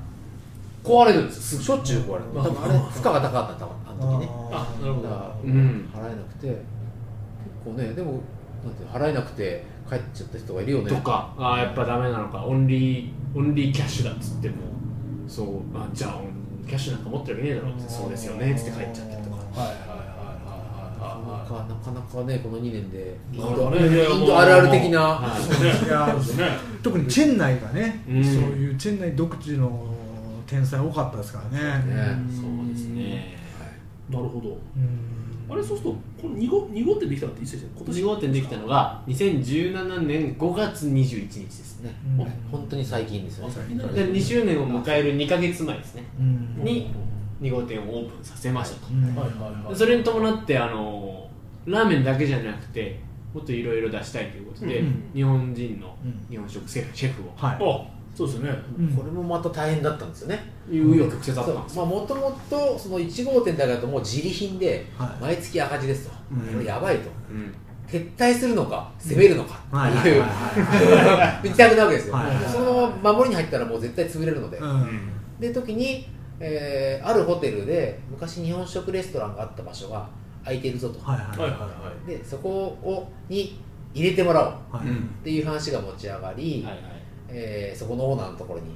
[SPEAKER 2] 壊れるんですよ
[SPEAKER 1] しょっちゅう壊れ
[SPEAKER 4] まあ
[SPEAKER 1] た多分あれ負荷が高かった多分あの時ね
[SPEAKER 3] あー
[SPEAKER 4] あなるほ
[SPEAKER 1] だから
[SPEAKER 2] うん
[SPEAKER 1] 払えなくて結構ねでもなんて払えなくて帰っちゃった人がいるよね
[SPEAKER 2] とかあーやっぱダメなのかオンリーオンリーキャッシュだっつってもそうあじゃあキャッシュなんか持ってるわけねえだろってそうですよねっつって帰っちゃったりとか
[SPEAKER 4] はいはいはい
[SPEAKER 1] なかなかな
[SPEAKER 4] はいはいはい
[SPEAKER 1] かなかねこの2年でイン
[SPEAKER 4] なるほ
[SPEAKER 1] ド
[SPEAKER 4] どねいや
[SPEAKER 1] インドあるある的な
[SPEAKER 2] はい
[SPEAKER 3] いや特にチェン内がね、
[SPEAKER 2] うん
[SPEAKER 3] そういうチェン内独自の天才多かったですからね。
[SPEAKER 1] ね
[SPEAKER 2] そうですね
[SPEAKER 4] なるほど
[SPEAKER 3] うん
[SPEAKER 4] あれそうするとこの2号二号店できたのっていつでしたっけ今年
[SPEAKER 2] 2号店できたのが2017年5月21日ですね
[SPEAKER 3] うん
[SPEAKER 4] あ
[SPEAKER 1] 本当に最近ですよね
[SPEAKER 4] 最近だ
[SPEAKER 2] で2周年を迎える2か月前ですね
[SPEAKER 3] うん
[SPEAKER 2] に2号店をオープンさせましたと
[SPEAKER 3] うん
[SPEAKER 4] はいはいはい
[SPEAKER 2] それに伴ってあのラーメンだけじゃなくてもっといろいろ出したいということで、
[SPEAKER 4] うん
[SPEAKER 3] うん
[SPEAKER 2] 日本人の
[SPEAKER 3] うん
[SPEAKER 2] 日本食シェフを、
[SPEAKER 3] はい
[SPEAKER 4] あそうですよね
[SPEAKER 3] うん
[SPEAKER 1] これもまた大変だったんですよね
[SPEAKER 2] いうよ曲折あ
[SPEAKER 1] そ
[SPEAKER 2] った
[SPEAKER 1] うん
[SPEAKER 2] ですよ
[SPEAKER 1] まあもともとその1号店だけだともう自利品で
[SPEAKER 3] はい
[SPEAKER 1] 毎月赤字ですと
[SPEAKER 3] うん
[SPEAKER 1] これやばいと
[SPEAKER 2] うん
[SPEAKER 1] 撤退するのか攻めるのか
[SPEAKER 3] はい
[SPEAKER 1] っ
[SPEAKER 3] は
[SPEAKER 1] て
[SPEAKER 3] い
[SPEAKER 1] いう 一択なわけですよ
[SPEAKER 3] はいはいはい
[SPEAKER 1] そのまま守りに入ったらもう絶対潰れるので
[SPEAKER 3] はい
[SPEAKER 1] で時に、えーあるホテルで昔日本食レストランがあった場所が空いてるぞと、
[SPEAKER 3] はいはい
[SPEAKER 4] はいはい
[SPEAKER 3] は
[SPEAKER 4] は
[SPEAKER 1] でそこをに入れてもらおう
[SPEAKER 3] いはい
[SPEAKER 1] っていう話が持ち上がり、
[SPEAKER 2] はいはい
[SPEAKER 1] えーそこのオーナーのところに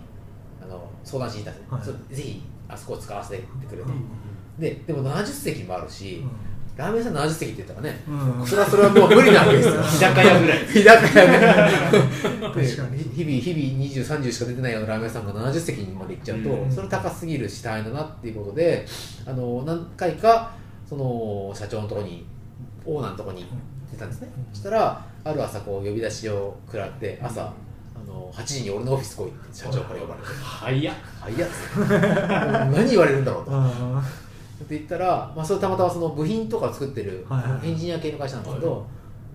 [SPEAKER 1] あの相談しに行ったんですね
[SPEAKER 3] はい
[SPEAKER 1] それぜひあそこを使わせてくれと、
[SPEAKER 4] い
[SPEAKER 1] ででも70席もあるし、ラーメン屋さん70席って言ったらね
[SPEAKER 3] うんうん
[SPEAKER 1] それはそれはもう無理なわけですよ
[SPEAKER 2] 居酒屋ぐらい
[SPEAKER 1] 居酒屋ね
[SPEAKER 3] 確かに
[SPEAKER 1] 日々日々2030しか出てないようなラーメン屋さんが70席にまで行っちゃうと、
[SPEAKER 2] うん
[SPEAKER 1] それは高すぎるし大変だなっていうことであの何回かその社長のところにオーナーのところに出たんですね、
[SPEAKER 3] うん
[SPEAKER 1] そしたらある朝こう呼び出しを食らって朝、あの8時に俺のオフィス来いって社長から呼ばれて
[SPEAKER 2] 早っ
[SPEAKER 1] 「はいや」っつって もう何言われるんだろうと。
[SPEAKER 3] あ
[SPEAKER 1] って言ったら、まあ、それたまたまその部品とかを作ってる
[SPEAKER 3] はいはい
[SPEAKER 1] エンジニア系の会社なんですけど、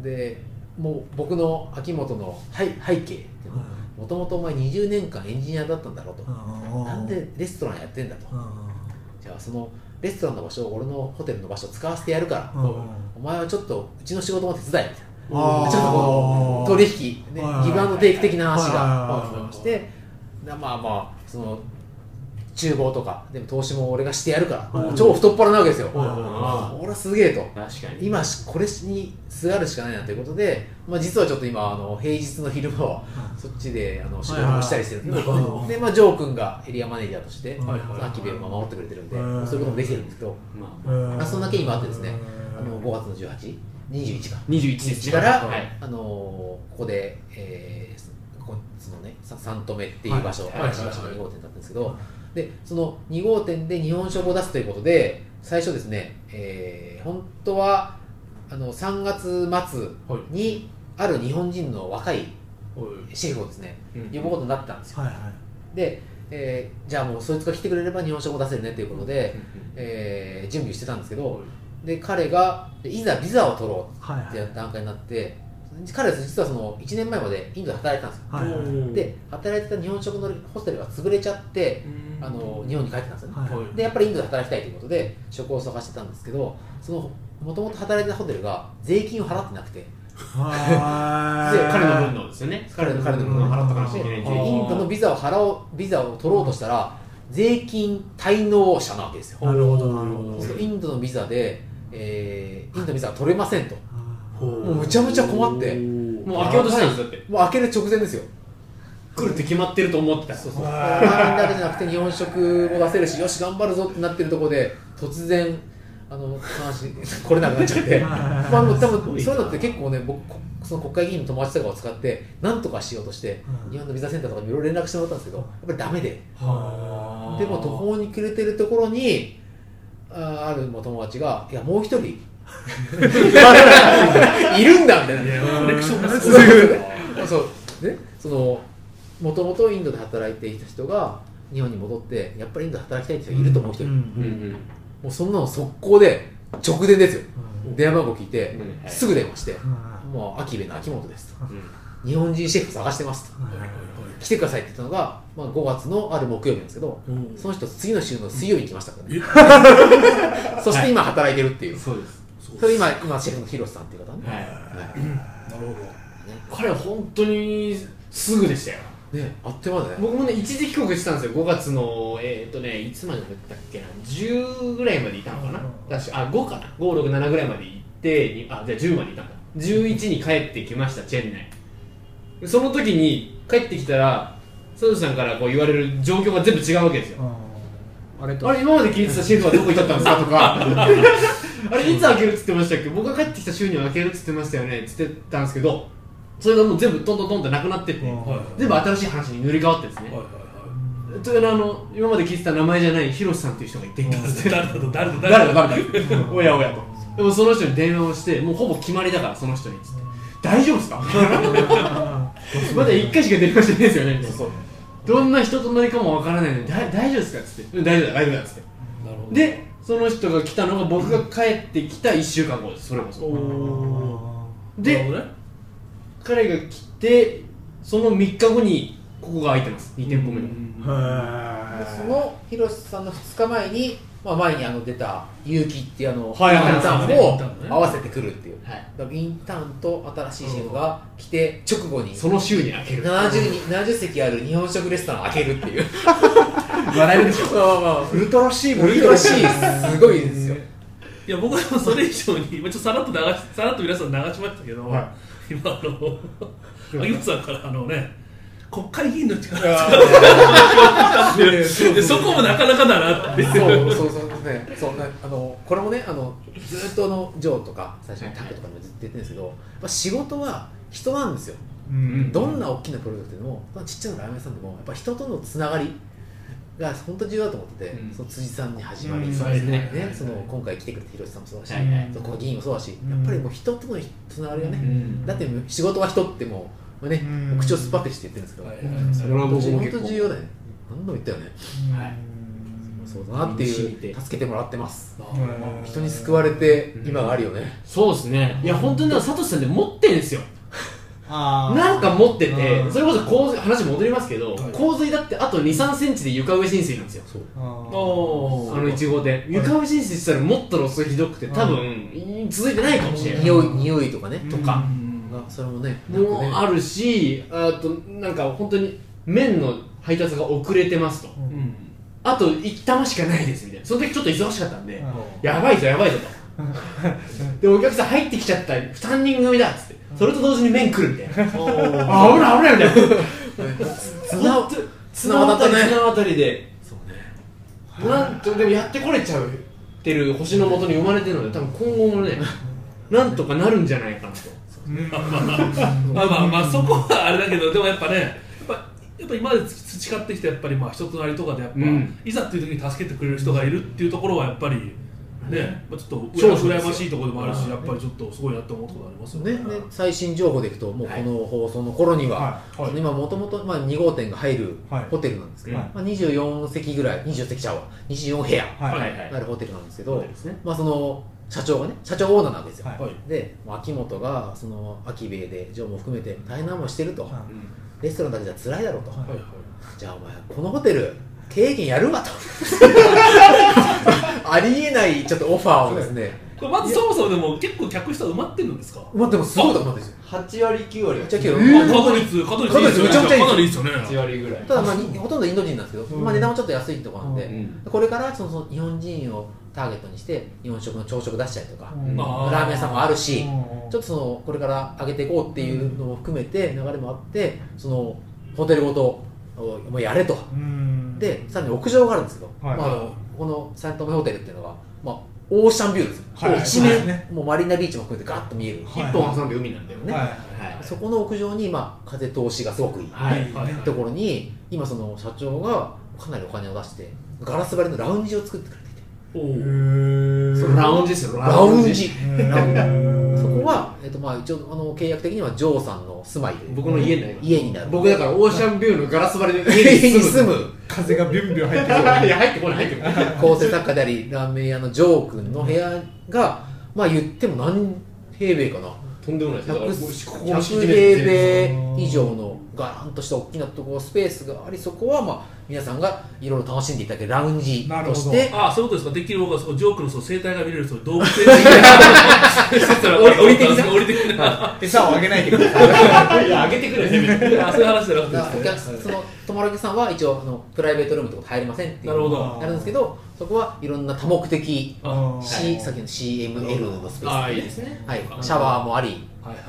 [SPEAKER 1] でもう僕の秋元の背背景っていうのは
[SPEAKER 3] は
[SPEAKER 1] もともとお前20年間エンジニアだったんだろうと
[SPEAKER 3] ー、あー
[SPEAKER 1] なんでレストランやってんだと、
[SPEAKER 3] あ
[SPEAKER 1] じゃあそのレストランの場所を俺のホテルの場所使わせてやるから、
[SPEAKER 3] ーうん
[SPEAKER 1] お前はちょっとうちの仕事も手伝えみたい
[SPEAKER 3] あ
[SPEAKER 1] な
[SPEAKER 3] ー
[SPEAKER 1] ちょっとこう取引、ね
[SPEAKER 3] はいはいはい
[SPEAKER 1] ギブアンドテイク的な話
[SPEAKER 3] はいはい
[SPEAKER 1] が
[SPEAKER 3] はい
[SPEAKER 1] してでまあまあその厨房とかでも投資も俺がしてやるから、
[SPEAKER 3] はい
[SPEAKER 1] 超太っ腹なわけですよ、
[SPEAKER 3] はいはい
[SPEAKER 2] あ
[SPEAKER 1] 俺はすげえと
[SPEAKER 2] あ確かに
[SPEAKER 1] 今しこれにすがるしかないなということで、まあ、実はちょっと今あの平日の昼間はそっちであの仕事をしたりしてるんですけ
[SPEAKER 3] はい
[SPEAKER 1] ど、
[SPEAKER 3] はいはい
[SPEAKER 1] でまあ、ジョー君がエリアマネージャーとして、
[SPEAKER 3] はいはいはい
[SPEAKER 1] アキベを守ってくれてるんで、
[SPEAKER 3] うん
[SPEAKER 1] そういうこともできてるんですけど、
[SPEAKER 2] まあ
[SPEAKER 3] うん
[SPEAKER 1] あそんな経緯もあってですねあの5月の18、21か、
[SPEAKER 2] 21です
[SPEAKER 1] 日
[SPEAKER 2] ね
[SPEAKER 1] から、
[SPEAKER 2] はい
[SPEAKER 1] あのここで、えーこそのね、ササントメっていう場所、
[SPEAKER 2] はい
[SPEAKER 1] 新しい場所の2号店だったんですけど、でその2号店で日本食を出すということで、最初ですね、えー本当はあの3月末にある日本人の若いシェフをですね、
[SPEAKER 2] うん
[SPEAKER 1] 呼ぶことになったんですよ。
[SPEAKER 3] はいはい
[SPEAKER 1] で、えーじゃあもうそいつが来てくれれば日本食を出せるねということで、えー準備をしてたんですけど、で彼がいざビザを取ろ
[SPEAKER 3] はいう
[SPEAKER 1] っ
[SPEAKER 3] は
[SPEAKER 1] て
[SPEAKER 3] い
[SPEAKER 1] やった段階になって彼は実はその1年前までインドで働いてたんですよ、
[SPEAKER 3] はいはい
[SPEAKER 1] で働いてた日本食のホテルが潰れちゃってあの日本に帰ってたんですよね、
[SPEAKER 3] はい
[SPEAKER 1] でやっぱりインドで働きたいということで職を探してたんですけどそのもともと働いてたホテルが税金を払ってなくて
[SPEAKER 3] はーい
[SPEAKER 1] で
[SPEAKER 2] 彼の分のですよね彼の彼の分の払ったからしいけない
[SPEAKER 1] イン
[SPEAKER 2] んで
[SPEAKER 1] ドのビザを払おうビザを取ろうとしたら税金滞納者なわけですよ
[SPEAKER 3] なるほどなるほど
[SPEAKER 1] そうするとインドのビザで、えーインドのビザは取れませんと
[SPEAKER 3] あー
[SPEAKER 1] もうむちゃむちゃ困って
[SPEAKER 4] もう
[SPEAKER 2] もう開けようとしたんですよだって
[SPEAKER 1] もう開ける直前ですよ
[SPEAKER 2] 来るって決まってると思ってたそう
[SPEAKER 1] そうラーメンだけじゃなくて日本食も出せるしよし頑張るぞってなってるところで突然あの話来れなくなっちゃってまあもう多分そういうのって結構ね僕こその国会議員の友達とかを使ってなんとかしようとして、
[SPEAKER 3] うん
[SPEAKER 1] 日本のビザセンターとかにいろいろ連絡してもらったんですけどやっぱりダメで
[SPEAKER 3] は
[SPEAKER 1] でも途方に暮れてるところにああるもう友達が「いやもう一人 いるんだ」みたいな。
[SPEAKER 4] コレクションがす
[SPEAKER 1] す
[SPEAKER 4] ごい
[SPEAKER 1] ぐそうねそのもともとインドで働いていた人が日本に戻ってやっぱりインドで働きたいって人がいると思う人、
[SPEAKER 3] ん
[SPEAKER 2] うんうんん
[SPEAKER 1] もうそんなの速攻で直電ですよ
[SPEAKER 3] うん
[SPEAKER 1] 電話番号聞いて、
[SPEAKER 2] うんはい
[SPEAKER 1] すぐ電話して
[SPEAKER 3] う
[SPEAKER 1] 「
[SPEAKER 3] ん
[SPEAKER 1] もう秋部の秋元です」と
[SPEAKER 2] うん
[SPEAKER 1] 「日本人シェフ探してます」と「来てください」って言ったのが、まあ、5月のある木曜日なんですけど
[SPEAKER 4] うん
[SPEAKER 1] その人次の週の水曜日に来ましたからね
[SPEAKER 4] え
[SPEAKER 1] そして今働いてるっていう、
[SPEAKER 2] そうです
[SPEAKER 4] そう
[SPEAKER 1] それ今今シェフの広瀬さんっていう方ね、
[SPEAKER 2] はい
[SPEAKER 4] なるほど
[SPEAKER 2] 彼は本当にすぐでしたよ
[SPEAKER 1] ねあっという間だね
[SPEAKER 2] 僕もね一時帰国してたんですよ5月のえっ、とねいつまでだったっけな10ぐらいまでいたのかな確かあ5かな567ぐらいまで行ってにあじゃあ10までいたんだ11に帰ってきましたチェン内その時に帰ってきたら佐藤さんからこう言われる状況が全部違うわけですよ
[SPEAKER 5] あれと
[SPEAKER 2] あれ今まで聞いてたシェフはどこ行ったんですかとかあれいつ開けるっつってましたっけ僕が帰ってきた週には開けるっつってましたよねっつってたんですけどそれがもう全部トントントンってなくなってって
[SPEAKER 3] うん
[SPEAKER 4] はい
[SPEAKER 2] 全部新しい話に塗り替わってですね
[SPEAKER 4] はいはいは
[SPEAKER 2] というのはあの今まで聞いてた名前じゃないヒロシさんっていう人がいて
[SPEAKER 4] い誰だと誰 だ
[SPEAKER 2] 誰だ
[SPEAKER 4] 誰だ
[SPEAKER 2] 誰だおやおやとでもその人に電話をしてもうほぼ決まりだからその人につって大丈夫ですかまだ1回しか電話してないですよねみたいなどんな人となりかもわからないのにだ大丈夫ですかっつってうん大丈夫だ大丈夫だっつって
[SPEAKER 4] なるほど
[SPEAKER 2] でその人が来たのが僕が帰ってきた1週間後ですそれこそ
[SPEAKER 4] おーなる
[SPEAKER 2] で
[SPEAKER 4] ほどね
[SPEAKER 2] 彼が来てその3日後にここが空いてます2店舗目の
[SPEAKER 1] でその広瀬さんの2日前に、まあ、前にあの出た結城っていうあの、
[SPEAKER 2] はいはいはい
[SPEAKER 1] インタ
[SPEAKER 4] インターン
[SPEAKER 1] ー
[SPEAKER 4] ね
[SPEAKER 1] ンを合わせてくるっていう、
[SPEAKER 2] はい
[SPEAKER 1] だからインターンと新しいシェフが来て直後に
[SPEAKER 2] その週に開ける
[SPEAKER 1] 70, に70席ある日本食レストランを開けるっていう
[SPEAKER 2] 笑えるでしょ
[SPEAKER 1] まあまあま
[SPEAKER 3] ウルトラシー
[SPEAKER 1] あ
[SPEAKER 3] もいい
[SPEAKER 1] ら しいすごいですよ
[SPEAKER 4] いや僕はでもそれ以上にまあちょっとさらっと流しさらっと皆さん流しましたけど、
[SPEAKER 2] は
[SPEAKER 4] 今あの秋元さんからあのね国会議員の力を使ってでそこもなかなかだなって
[SPEAKER 1] そうそうそうですねそうなあのこれもねあのずっとあのジョーとか最初にタクとかにもずっと言ってるんですけど、まあ、仕事は人なんですよ
[SPEAKER 3] うん
[SPEAKER 1] どんな大きなプロジェクトでも、まあ、ちっちゃなラーメン屋さんでもやっぱ人とのつながりが本当に重要だと思ってて、
[SPEAKER 2] うん
[SPEAKER 1] その辻さんに始まり、
[SPEAKER 3] うん
[SPEAKER 1] そ
[SPEAKER 2] そうですね
[SPEAKER 1] ねその今回来てくれた広瀬さんもそうだし、
[SPEAKER 2] はいはい
[SPEAKER 1] そこの議員もそうだし、
[SPEAKER 3] うん
[SPEAKER 1] やっぱりもう人とのつながりがね、
[SPEAKER 2] うん
[SPEAKER 1] だって仕事は人ってもうね、
[SPEAKER 3] うん
[SPEAKER 1] 口を酸っぱくして言ってるんですけど、
[SPEAKER 4] はい
[SPEAKER 2] それは僕も
[SPEAKER 1] 本
[SPEAKER 2] 結
[SPEAKER 1] 当
[SPEAKER 2] 構
[SPEAKER 1] に重要だよね何度も言ったよね、
[SPEAKER 2] はい
[SPEAKER 1] そうだなって
[SPEAKER 2] 身
[SPEAKER 1] い
[SPEAKER 2] に染みて
[SPEAKER 1] う助けてもらってます
[SPEAKER 3] うん
[SPEAKER 1] 人に救われて
[SPEAKER 2] うん
[SPEAKER 1] 今があるよね、
[SPEAKER 2] そうですねいや本当にだから佐藤さんって持ってんですよ
[SPEAKER 5] あー
[SPEAKER 2] なんか持って
[SPEAKER 3] う
[SPEAKER 2] て
[SPEAKER 3] ん
[SPEAKER 2] それこそ洪水話戻りますけど
[SPEAKER 4] はい
[SPEAKER 2] 洪水だってあと2 3センチで床上浸水なんですよ
[SPEAKER 3] あー
[SPEAKER 4] お
[SPEAKER 2] あの1号店床上浸水したらもっとロスひどくて多分続いてないかもしれない
[SPEAKER 1] 匂い匂いとかね、
[SPEAKER 3] うん
[SPEAKER 2] とか
[SPEAKER 1] がそれもね
[SPEAKER 2] もう
[SPEAKER 1] なんかね
[SPEAKER 2] あるしあとなんか本当に麺の配達が遅れてますと
[SPEAKER 3] うん
[SPEAKER 2] あと1玉しかないですみたいなその時ちょっと忙しかったんで
[SPEAKER 3] うん
[SPEAKER 2] やばいぞやばいぞとでお客さん入ってきちゃった3人組だっつってそれと同時に麺来るみたいなあ危ない危ない危ない
[SPEAKER 1] 綱を
[SPEAKER 2] 綱
[SPEAKER 1] 綱渡
[SPEAKER 2] 渡り
[SPEAKER 1] り
[SPEAKER 2] 綱渡りで
[SPEAKER 1] そうね
[SPEAKER 2] なんとでもやってこれちゃうってる星のもとに生まれてるので多分今後も ねなんとかなるんじゃないかなと
[SPEAKER 3] うん
[SPEAKER 4] まあまあまあそこはあれだけどでもやっぱねやっぱやっぱ今まで培ってきたやっぱりまあ人となりとかでやっぱ、
[SPEAKER 2] うん
[SPEAKER 4] いざっていう時に助けてくれる人がいるっていうところはやっぱりね、まあ、ちょっと
[SPEAKER 2] そうそう
[SPEAKER 4] 羨ましいところでもあるしやっぱりちょっとすごいなって思うところありますよね。
[SPEAKER 1] ねね最新情報でいくともうこの放送の頃には、
[SPEAKER 3] はいはい
[SPEAKER 1] その今もともと2号店が入る
[SPEAKER 3] はい
[SPEAKER 1] ホテルなんですけど、
[SPEAKER 3] はい
[SPEAKER 1] まあ、24席ぐらい20席ちゃうわ24部屋
[SPEAKER 3] はい
[SPEAKER 2] は
[SPEAKER 3] はい
[SPEAKER 2] いはい
[SPEAKER 1] があるホテルなんですけど、
[SPEAKER 2] そうですね
[SPEAKER 1] まあ、その社長がね社長オーナーなわけですよ、
[SPEAKER 3] はい
[SPEAKER 4] はい
[SPEAKER 1] でもう秋元がその秋兵衛でジョーも含めて大変な思いしてると、
[SPEAKER 3] は
[SPEAKER 1] レストランだけじゃ辛いだろうと、
[SPEAKER 3] はい
[SPEAKER 4] はいはい
[SPEAKER 1] じゃあお前このホテル経営権やるわとありえないちょっとオファーをですね
[SPEAKER 4] これまずそもそもでも結構客下埋まってるんですか。
[SPEAKER 1] まあでもすごいと思うんですよ
[SPEAKER 2] 8割9割
[SPEAKER 1] じゃあけど、
[SPEAKER 4] あカドリツカドリツいいですよ
[SPEAKER 1] カドリツ
[SPEAKER 4] ね
[SPEAKER 1] めちゃめちゃいいですよ
[SPEAKER 4] かなりいいですよね。
[SPEAKER 2] 8割ぐらい
[SPEAKER 1] ただ、まあ、にほとんどインド人なんですけど、
[SPEAKER 3] うん
[SPEAKER 1] まあ、値段もちょっと安いところなんで、
[SPEAKER 2] うん
[SPEAKER 1] これからそのその日本人をターゲットにして日本食の朝食出したりとか、
[SPEAKER 3] うん
[SPEAKER 4] あ
[SPEAKER 1] ラーメン屋さんもあるし、
[SPEAKER 3] うん
[SPEAKER 1] ちょっとそのこれから上げていこうっていうのも含めて流れもあってそのホテルごとおもうやれと、
[SPEAKER 3] うん
[SPEAKER 1] でさらに屋上があるんですけど、
[SPEAKER 3] はい
[SPEAKER 1] まあ、あのこのサントメホテルっていうのが、まあ、オーシャンビューですよ、
[SPEAKER 3] はい
[SPEAKER 1] もう一
[SPEAKER 3] はい
[SPEAKER 1] 面、
[SPEAKER 3] ね
[SPEAKER 1] もうマリーナビーチも含めてガッと見える、
[SPEAKER 3] はい
[SPEAKER 2] 一本挟んで海なんだよね、
[SPEAKER 3] はい
[SPEAKER 2] はい
[SPEAKER 1] そこの屋上に、まあ、風通しがすごくいい、
[SPEAKER 2] はい
[SPEAKER 3] いいね
[SPEAKER 1] ところに今その社長がかなりお金を出してガラス張りのラウンジを作ってくれていて
[SPEAKER 4] お
[SPEAKER 3] へ
[SPEAKER 4] う
[SPEAKER 3] ー
[SPEAKER 2] そのラウンジですよ
[SPEAKER 1] ラウンジ
[SPEAKER 3] へー
[SPEAKER 1] そこは、えっと、まあ一応あの契約的にはジョーさんの住まいで
[SPEAKER 2] 僕の家になります
[SPEAKER 1] 家になる
[SPEAKER 2] 僕だからオーシャンビューのガラス張りの
[SPEAKER 1] 家
[SPEAKER 2] 家
[SPEAKER 1] に
[SPEAKER 2] に
[SPEAKER 1] 住
[SPEAKER 2] 住む
[SPEAKER 1] む
[SPEAKER 3] 風がビュンビュン入ってくる
[SPEAKER 2] いや入ってこない入ってこない
[SPEAKER 1] 構成作家でありラーメン屋のジョー君の部屋が、まあ言っても何平米かな
[SPEAKER 2] とんでもないですだからここ
[SPEAKER 1] 100
[SPEAKER 2] ここ敷
[SPEAKER 1] 100
[SPEAKER 2] 地
[SPEAKER 1] 平
[SPEAKER 2] 面積
[SPEAKER 1] 米以上のガランとした大きなところスペースがありそこはまあ皆さんがいろいろ楽しんでいただけるラウンジとして
[SPEAKER 4] ああそういうことですかできる方がそうジョークのそう生態が見れるそう動物園みたいな
[SPEAKER 1] 降りてきた
[SPEAKER 4] 降りてきた
[SPEAKER 5] 餌をあげないでください。
[SPEAKER 2] いや上げてくれせめて
[SPEAKER 4] あそういう話じゃなくて
[SPEAKER 1] だからお客
[SPEAKER 4] です
[SPEAKER 1] さ
[SPEAKER 4] ね
[SPEAKER 1] んその友達さんは一応あのプライベートルームってこと入れませんっていう
[SPEAKER 4] なるほど
[SPEAKER 1] なるんですけどそこはいろんな多目的
[SPEAKER 4] あ
[SPEAKER 1] C さっきの CML のスペース
[SPEAKER 2] ああいいですね
[SPEAKER 1] はい、シャワーもあり、
[SPEAKER 4] はいはい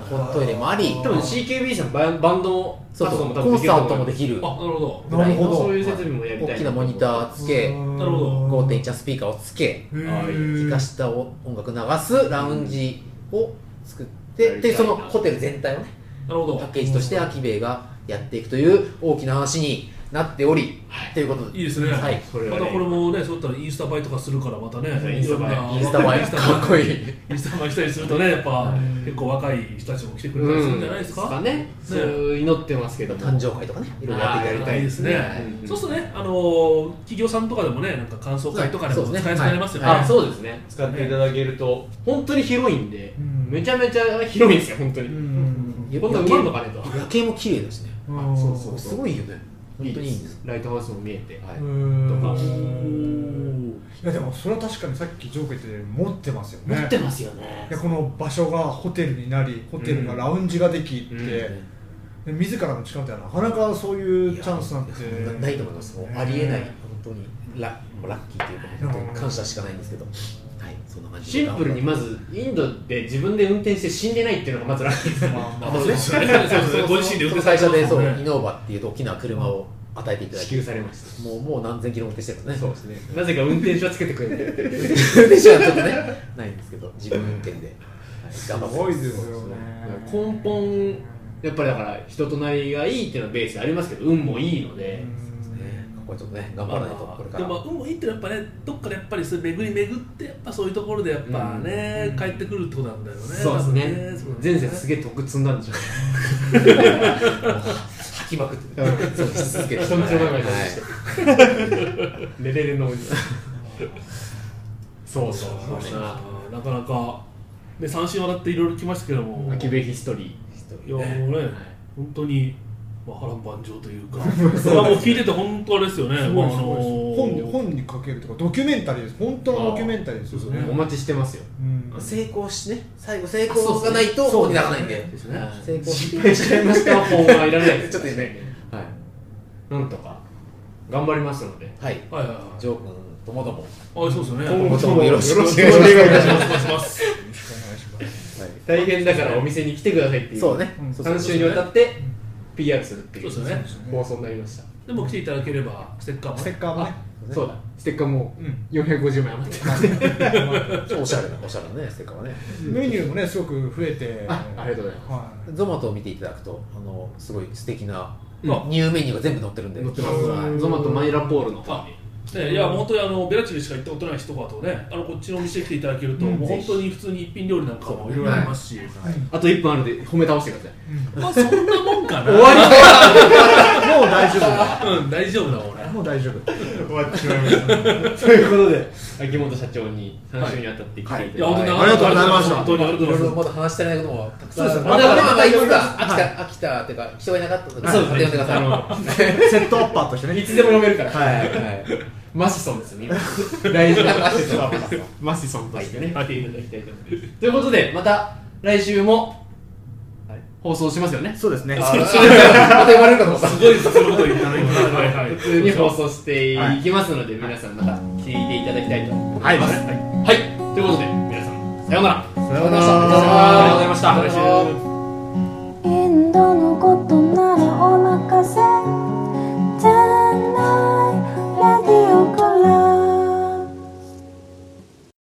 [SPEAKER 1] ホットトイレもあり、
[SPEAKER 2] 多分 CKB さんバンバンド
[SPEAKER 1] そう
[SPEAKER 2] 活
[SPEAKER 1] そ
[SPEAKER 2] 動
[SPEAKER 1] う
[SPEAKER 2] も多
[SPEAKER 1] コ
[SPEAKER 2] 分
[SPEAKER 1] ン
[SPEAKER 2] できる
[SPEAKER 1] サートもできる
[SPEAKER 2] と思う
[SPEAKER 4] あなるほど
[SPEAKER 1] ぐらいの
[SPEAKER 3] なるほど
[SPEAKER 2] そういう設備もやりたい
[SPEAKER 1] 大きなモニターつけ
[SPEAKER 4] なるほど
[SPEAKER 1] 5.1スピーカーをつけ
[SPEAKER 3] 5.1
[SPEAKER 1] 床下を音楽流すラウンジを作って、
[SPEAKER 2] やりた
[SPEAKER 1] で
[SPEAKER 2] いな
[SPEAKER 1] そのホテル全体をね
[SPEAKER 4] なるほ
[SPEAKER 1] パ
[SPEAKER 4] ど
[SPEAKER 1] ッケージとしてアキベイがやっていくという大きな話になっており、ということで
[SPEAKER 4] いいですね
[SPEAKER 1] はい、
[SPEAKER 2] それ
[SPEAKER 4] ま
[SPEAKER 2] は
[SPEAKER 4] た
[SPEAKER 2] ね
[SPEAKER 4] これもね、そういったらインスタ映えとかするから、またね、
[SPEAKER 2] インスタ映え
[SPEAKER 4] いろんな
[SPEAKER 1] インスタ映え
[SPEAKER 4] インスタ
[SPEAKER 1] かっこいい
[SPEAKER 4] インスタ映えしたりするとね、やっぱ、結構若い人たちも来てくれたりするんじゃないですか。
[SPEAKER 2] うんねそう祈ってますけども
[SPEAKER 1] 誕生会とかねいろいろやっていただきた
[SPEAKER 2] あー
[SPEAKER 1] い
[SPEAKER 4] いいですね、
[SPEAKER 2] うん
[SPEAKER 4] そうするとね、あのー企業さんとかでもね、なんか感想会とかでも
[SPEAKER 1] そうで
[SPEAKER 4] 使え
[SPEAKER 1] すね
[SPEAKER 4] そうになりますよね。
[SPEAKER 2] あそうですね使っていただけると本当に広いんで
[SPEAKER 3] うん
[SPEAKER 2] めちゃめちゃ広いんですよ本当に
[SPEAKER 1] 夜
[SPEAKER 2] 本当埋まるのかねと
[SPEAKER 1] 夜景も綺麗だしね
[SPEAKER 2] そうそう
[SPEAKER 1] すごいよね本当にいいんです
[SPEAKER 2] ライトハウスも見えて
[SPEAKER 1] はい
[SPEAKER 2] とか
[SPEAKER 3] いやでもそれは確かにさっきジョーク言ってたように持ってますよね
[SPEAKER 2] 持ってますよね
[SPEAKER 3] いやこの場所がホテルになりホテルがラウンジができっ
[SPEAKER 2] う
[SPEAKER 3] て、
[SPEAKER 2] ん
[SPEAKER 3] で自らの力ってなかなかそういうチャンスなんて
[SPEAKER 1] いやないと思いますもうありえない本当にララッキーというか本当に感謝しかないんですけどはいそんな感じで
[SPEAKER 2] シンプルにまずインドで自分で運転して死んでないっていうのがまずラッキーですね
[SPEAKER 3] まあまあ
[SPEAKER 4] あそうですよね。そうですねご自身で
[SPEAKER 1] そ
[SPEAKER 4] 運
[SPEAKER 1] の
[SPEAKER 4] 転
[SPEAKER 1] 会社
[SPEAKER 4] て
[SPEAKER 1] で
[SPEAKER 4] ます
[SPEAKER 1] そ
[SPEAKER 4] も
[SPEAKER 1] うんイ
[SPEAKER 4] ね
[SPEAKER 1] ノーバっていう大きな車を与えていただい
[SPEAKER 2] 支
[SPEAKER 1] て
[SPEAKER 2] 給されました
[SPEAKER 1] もうもう何千キロ運転してるんですね
[SPEAKER 2] ですねなぜか運転手はつけてくれないっていう
[SPEAKER 1] 運転手はちょっとねないんですけど自分運転で、はい、頑張ってます
[SPEAKER 3] すごいですよね
[SPEAKER 2] 根本やっぱりだから人となりがいいっていうのはベースでありますけど運もいいので
[SPEAKER 1] ねこれちょっとね頑張
[SPEAKER 4] ま
[SPEAKER 1] ら
[SPEAKER 4] あ
[SPEAKER 1] ないとこれか
[SPEAKER 4] で
[SPEAKER 1] ら
[SPEAKER 4] もまあ運もいいってのはやっぱねどっかでやっぱりそれ巡り巡ってやっぱそういうところでやっぱね、帰ってくるってことなんだよね
[SPEAKER 2] そうです
[SPEAKER 4] 多
[SPEAKER 2] ね
[SPEAKER 4] 分そう
[SPEAKER 2] 前世すげえ得積んだんでしょ
[SPEAKER 1] 吐きまくって
[SPEAKER 2] そうし続けて人の名前出してレレレのおじさんそうそう
[SPEAKER 4] そうです
[SPEAKER 2] そ
[SPEAKER 4] ね
[SPEAKER 2] うな
[SPEAKER 4] なかなかで三振はだっていろいろ来ましたけども
[SPEAKER 2] 秋部ヒストリ
[SPEAKER 4] いやもうね、本当に、まあ、波乱万丈とい うか、それはもう聞いてて本当あれですよね、
[SPEAKER 3] す
[SPEAKER 4] もう
[SPEAKER 3] ご
[SPEAKER 4] あ
[SPEAKER 3] いすごいです
[SPEAKER 4] の
[SPEAKER 3] 本本にかけるとかドキュメンタリーです本当のドキュメンタリーですよね
[SPEAKER 2] ーお待ちしてますよ
[SPEAKER 3] うん
[SPEAKER 1] 成功しね最後成功がないと本にならないんで成功
[SPEAKER 2] 失敗しちゃいました本はいらない
[SPEAKER 1] ちょっとね
[SPEAKER 2] はいなんとか頑張りますので
[SPEAKER 1] はい
[SPEAKER 4] はいはいはい、あ
[SPEAKER 1] ジョー君ともども
[SPEAKER 4] そうですよね、
[SPEAKER 2] 今後
[SPEAKER 1] 後
[SPEAKER 2] と
[SPEAKER 1] と
[SPEAKER 2] も
[SPEAKER 1] も
[SPEAKER 2] よ
[SPEAKER 1] よ
[SPEAKER 2] ろ
[SPEAKER 1] ろ
[SPEAKER 2] し
[SPEAKER 1] し
[SPEAKER 2] く
[SPEAKER 1] く
[SPEAKER 2] お
[SPEAKER 1] お
[SPEAKER 2] 願
[SPEAKER 1] 願い
[SPEAKER 2] いし
[SPEAKER 1] し
[SPEAKER 2] ます
[SPEAKER 3] よろしくお願いします
[SPEAKER 2] 大変だからお店に来てくださいっていう
[SPEAKER 1] そうね
[SPEAKER 3] うん
[SPEAKER 1] そうそう
[SPEAKER 2] 3週にわたって PR するっていう
[SPEAKER 4] そうですよね
[SPEAKER 2] 放送になりました
[SPEAKER 4] でも来ていただければ、ステッカーも
[SPEAKER 3] ステ
[SPEAKER 4] ね、
[SPEAKER 3] ッカーもね
[SPEAKER 2] そうだステッカーも
[SPEAKER 3] うん
[SPEAKER 2] 450枚余ってる
[SPEAKER 1] おしゃれなおしゃれなねステッカーはね
[SPEAKER 3] メニューもねすごく増えて
[SPEAKER 2] あありがとうございます
[SPEAKER 3] は
[SPEAKER 1] ゾマトを見ていただくとあのすごい素敵な
[SPEAKER 4] うん
[SPEAKER 1] ニューメニューが全部載ってるんで
[SPEAKER 2] 載って
[SPEAKER 3] う
[SPEAKER 2] ま
[SPEAKER 3] ん
[SPEAKER 2] すゾマとマイラポールの
[SPEAKER 4] あねいや、本当にあのベラチルしか行ったことない人とかとね、あのこっちのお店来ていただけると、
[SPEAKER 3] うん
[SPEAKER 4] もう本当に普通に一品料理なんかもいろいろありますし、
[SPEAKER 2] あと1分あるんで褒め倒してください
[SPEAKER 4] まあそんなもんかな、
[SPEAKER 2] 終わりだ
[SPEAKER 3] いもう大丈夫だ
[SPEAKER 4] うん、大丈夫だ、俺。
[SPEAKER 3] もう大丈夫
[SPEAKER 2] 終わってしまいま したということで秋元社長に3週にわたって来ていただい
[SPEAKER 4] い
[SPEAKER 2] て
[SPEAKER 4] や、本当に
[SPEAKER 1] はい
[SPEAKER 3] ありがとうございました
[SPEAKER 4] 本当にありがと
[SPEAKER 1] いう
[SPEAKER 4] ご
[SPEAKER 1] ろいろ
[SPEAKER 4] ざいます。
[SPEAKER 1] まだ話したいないこともたくさんあ
[SPEAKER 3] そ
[SPEAKER 1] る
[SPEAKER 3] うですね
[SPEAKER 1] まあだから
[SPEAKER 3] ま
[SPEAKER 1] ま
[SPEAKER 3] だ
[SPEAKER 1] たいつ
[SPEAKER 3] ま
[SPEAKER 1] か秋田秋田っていうか人がいなかったので
[SPEAKER 2] そうですね
[SPEAKER 1] 立て
[SPEAKER 2] あ
[SPEAKER 1] 読んでくださ
[SPEAKER 5] セットアッパーとしてね。
[SPEAKER 2] いつでも読めるから
[SPEAKER 5] はい。
[SPEAKER 1] いはい
[SPEAKER 2] マシソンですね今大事なマシソン
[SPEAKER 1] はい
[SPEAKER 2] マシソンとしてね見ていただきたいと思いますということでまた来週も放送しますよね
[SPEAKER 5] そうですね。
[SPEAKER 1] また言われるかと思った
[SPEAKER 4] すごいです、そのこと言ったね、今はいはい。
[SPEAKER 2] 普通に放送していきますので、皆さんまた聞いていただきたいと思います。はい、ということで皆さんさようなら。
[SPEAKER 1] ありがとうございました
[SPEAKER 2] ありがとうございました
[SPEAKER 1] 来週
[SPEAKER 6] エンドの言